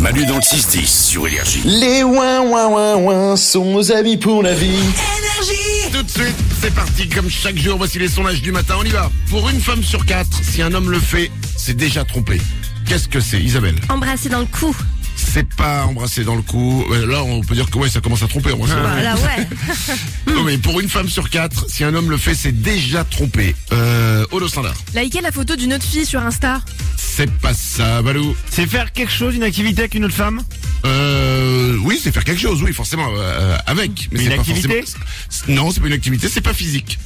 Manu dans le 6-10 sur Énergie. Les ouin ouin ouin ouin sont nos amis pour la vie. Tout de suite, c'est parti. Comme chaque jour, voici les sondages du matin. On y va. Pour une femme sur quatre, si un homme le fait, c'est déjà trompé. Qu'est-ce que c'est, Isabelle Embrassé dans le cou. C'est pas embrasser dans le cou. Euh, Là, on peut dire que ouais, ça commence à tromper. embrasser dans le cou. Voilà, ouais. Ah. Non, mais pour une femme sur quatre, si un homme le fait, c'est déjà trompé. Euh, Holo standard. Liker la photo d'une autre fille sur Insta. C'est pas ça, Balou. C'est faire quelque chose, une activité avec une autre femme Euh, oui, c'est faire quelque chose, oui, forcément, euh, avec. Mais Une c'est pas activité forcément- Non, c'est pas une activité, c'est pas physique.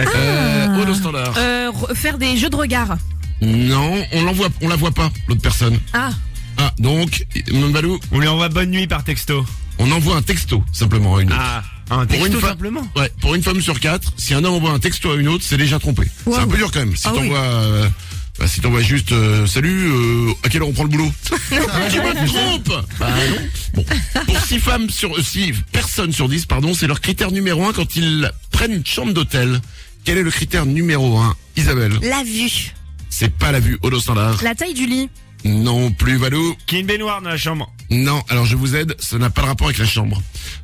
Euh, Holo standard. Euh, re- faire des jeux de regard. Non, on l'envoie, on la voit pas, l'autre personne. Ah, Ah, donc, Mme Balou, On lui envoie bonne nuit par texto. on envoie un texto, simplement, à une autre. Ah, un Pour texto une femme- simplement. Ouais, pour une femme sur quatre, si un homme envoie un texto à une autre, c'est déjà trompé. Waouh. C'est un peu dur quand même. Si Ah oui. t'envoies, euh, bah, si t'envoies juste, euh, salut, euh, à quelle heure on prend le boulot Tu me trompes. Bah non. Bon, pour six femmes sur euh, six personnes sur 10, pardon, c'est leur critère numéro un quand ils prennent une chambre d'hôtel. Quel est le critère numéro un, Isabelle la vue. C'est pas la vue, holo standard. La taille du lit. Non plus, Valou. Qu'il y ait une baignoire dans la chambre. Non, alors je vous aide, ça n'a pas de rapport avec la chambre.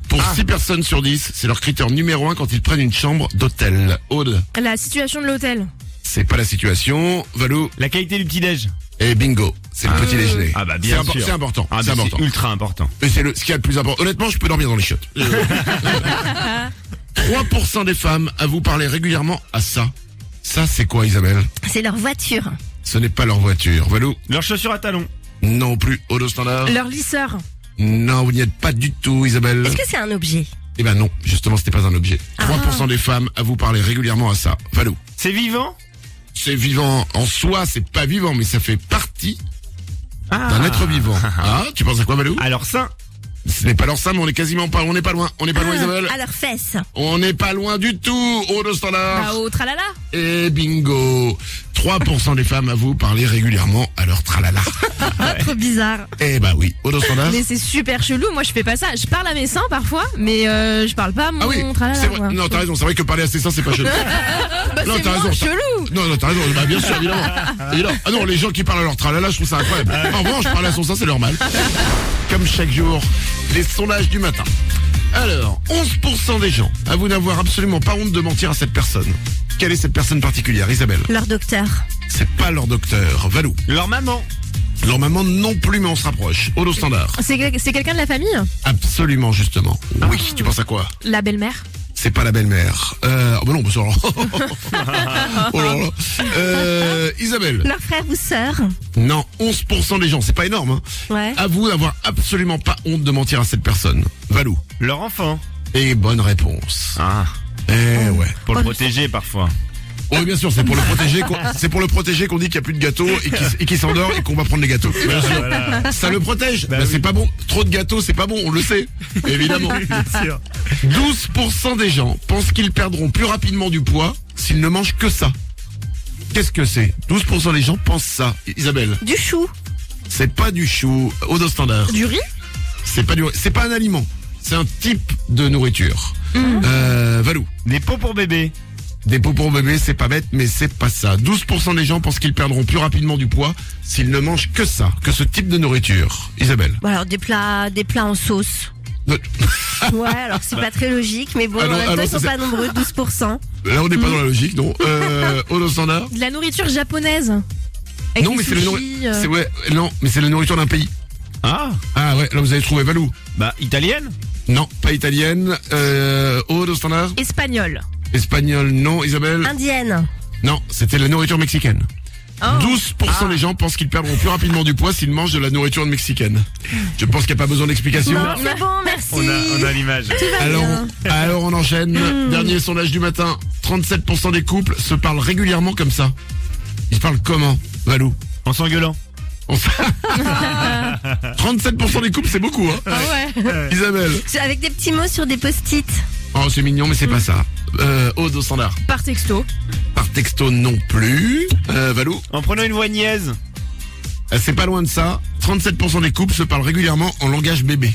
Pour Ah. six personnes sur 10, c'est leur critère numéro un quand ils prennent une chambre d'hôtel. Aude, La situation de l'hôtel. c'est pas la situation. Valou La qualité du petit-déj. et bingo, c'est le petit déjeuner. Ah bah, bien C'est impor- sûr. C'est important, Ah, c'est bah, important. c'est ultra important. Et c'est le, ce qu'il y a de plus important. Honnêtement, je peux dormir dans les chiottes. Euh, Euh. 3% des femmes à vous parler régulièrement à ça. Ça, c'est quoi, Isabelle C'est leur voiture. Ce n'est pas leur voiture. Valou Leurs chaussures à talons. Non plus. Aude au standard Ah. Leur lisseur. Non, vous n'y êtes pas du tout, Isabelle. Est-ce que c'est un objet Eh ben non, justement, c'était pas un objet. 3% des femmes à vous parler régulièrement à ça. Valou. C'est vivant C'est vivant en soi, c'est pas vivant, mais ça fait partie d'un Ah. être vivant. Ah, tu penses à quoi, Valou Alors ça, Ce n'est pas leur ça, mais on est quasiment pas, on n'est pas loin, on n'est pas Ah. loin, Ah, Isabelle. À leurs fesses. On n'est pas loin du tout, au de standard. Bah, au tralala. Et bingo. 3% des femmes à vous parler régulièrement à leur tralala. Ah, Trop bizarre. Eh bah oui, au de standard. Mais c'est super chelou. Moi, je fais pas ça. Je parle à mes seins parfois, mais euh, je parle pas à mon Ah oui, tralala. c'est vrai. moi. Non, t'as raison, c'est vrai que parler à ses seins, c'est pas chelou. Bah, non, c'est t'as moins raison, t'as- chelou. Non, non, t'as raison, bah, bien sûr, évidemment. Évidemment. Ah non, les gens qui parlent à leur tralala, je trouve ça incroyable. En revanche, parler à son sein, c'est normal. Comme chaque jour, les sondages du matin. Alors, 11% des gens avouent n'avoir absolument pas honte de mentir à cette personne. Quelle est cette personne particulière, Isabelle Leur docteur. C'est pas leur docteur, Valou. leur maman. Leur maman non plus, mais on se rapproche. Holo standard. C'est c'est quelqu'un de la famille Absolument, justement. Oui, tu penses à quoi La belle-mère C'est pas la belle-mère. Euh, oh bah non, bah, ça, alors. Oh là là. Euh, Isabelle. Leur frère ou sœur Non, 11% des gens, c'est pas énorme. Hein. Ouais. Avoue n'avoir absolument pas honte de mentir à cette personne. Valou. Leur enfant. Et bonne réponse. Ah. Eh ouais. Pour le protéger parfois. Oui, bien sûr, c'est pour le protéger. qu'on- C'est pour le protéger qu'on dit qu'il n'y a plus de gâteaux et qu'il et qu'il s'endort et qu'on va prendre les gâteaux. Bien sûr. Ça le protège. Bah, C'est pas bon. Trop de gâteaux, c'est pas bon. On le sait. Évidemment. 12% des gens pensent qu'ils perdront plus rapidement du poids s'ils ne mangent que ça. Qu'est-ce que c'est 12% des gens pensent ça. Isabelle, Du chou c'est pas du chou. Odo standard. Du riz C'est pas du, c'est pas un aliment. C'est un type de nourriture. Mmh. Euh, Valou. Des pots pour bébé. Des pots pour bébé, c'est pas bête, mais c'est pas ça. 12% des gens pensent qu'ils perdront plus rapidement du poids s'ils ne mangent que ça, que ce type de nourriture. Isabelle. Bah, Bon, alors des plats, des plats en sauce. Euh, Ouais, alors c'est pas très logique, mais bon, Bah. Ah non, en même ah temps, non, ils ça, sont c'est- pas nombreux, 12%. Là, on n'est pas Mmh. dans la logique, non. Euh, Ono Standard. De la nourriture japonaise Avec Non, les mais c'est le sushis, nourri- euh, c'est- ouais, non, mais c'est la nourriture d'un pays. Ah. Ah ouais, là vous avez trouvé Valou. Bah, italienne Non, pas italienne. Euh, Ono Standard. Espagnol Espagnol, non. Isabelle. Indienne. Non, c'était la nourriture mexicaine. 12% des gens pensent qu'ils perdront plus rapidement du poids s'ils mangent de la nourriture mexicaine. Je pense qu'il n'y a pas besoin d'explication. Non, c'est bon, merci. On a, on a l'image. Alors, alors on enchaîne. Dernier sondage du matin. 37% des couples se parlent régulièrement comme ça. Ils se parlent comment, Valou En s'engueulant. On s- 37% des couples, c'est beaucoup, hein Ah Isabelle. C'est Avec des petits mots sur des post-it. Oh, c'est mignon, mais c'est pas ça. Euh, Aude au standard. Par texto Par texto non plus. Euh, Valou En prenant une voix niaise. Euh, C'est pas loin de ça. 37% des couples se parlent régulièrement en langage bébé.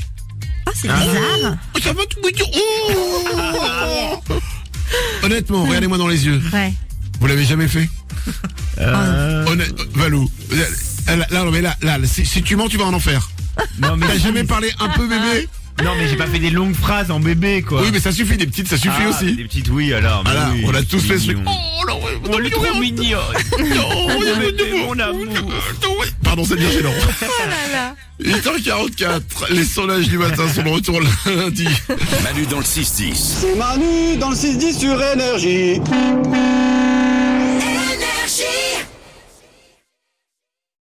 Oh, c'est bizarre. Oh, ça va, tout mignon. Oh Honnêtement, regardez-moi dans les yeux. Ouais. Vous l'avez jamais fait Euh, Honnête- Valou. Là, là, non, mais là, là, si, si tu mens, tu vas en enfer. Non, mais- Ah, T'as jamais parlé un peu bébé Non, mais j'ai pas fait des longues phrases en bébé, quoi. Oui, mais ça suffit, des petites, ça suffit Ah, aussi. Des petites oui, alors. mais Voilà, oui, on a tous c'est fait ce truc. mignon. Oh là, ouais, Oh, le trop mignon. non, Oh, il y avait mais des- mon amour. Pardon, c'est bien gênant. 8h44, les sondages du matin sont de retour lundi. Manu dans le 6-10. C'est Manu dans le 6-10 sur énergie.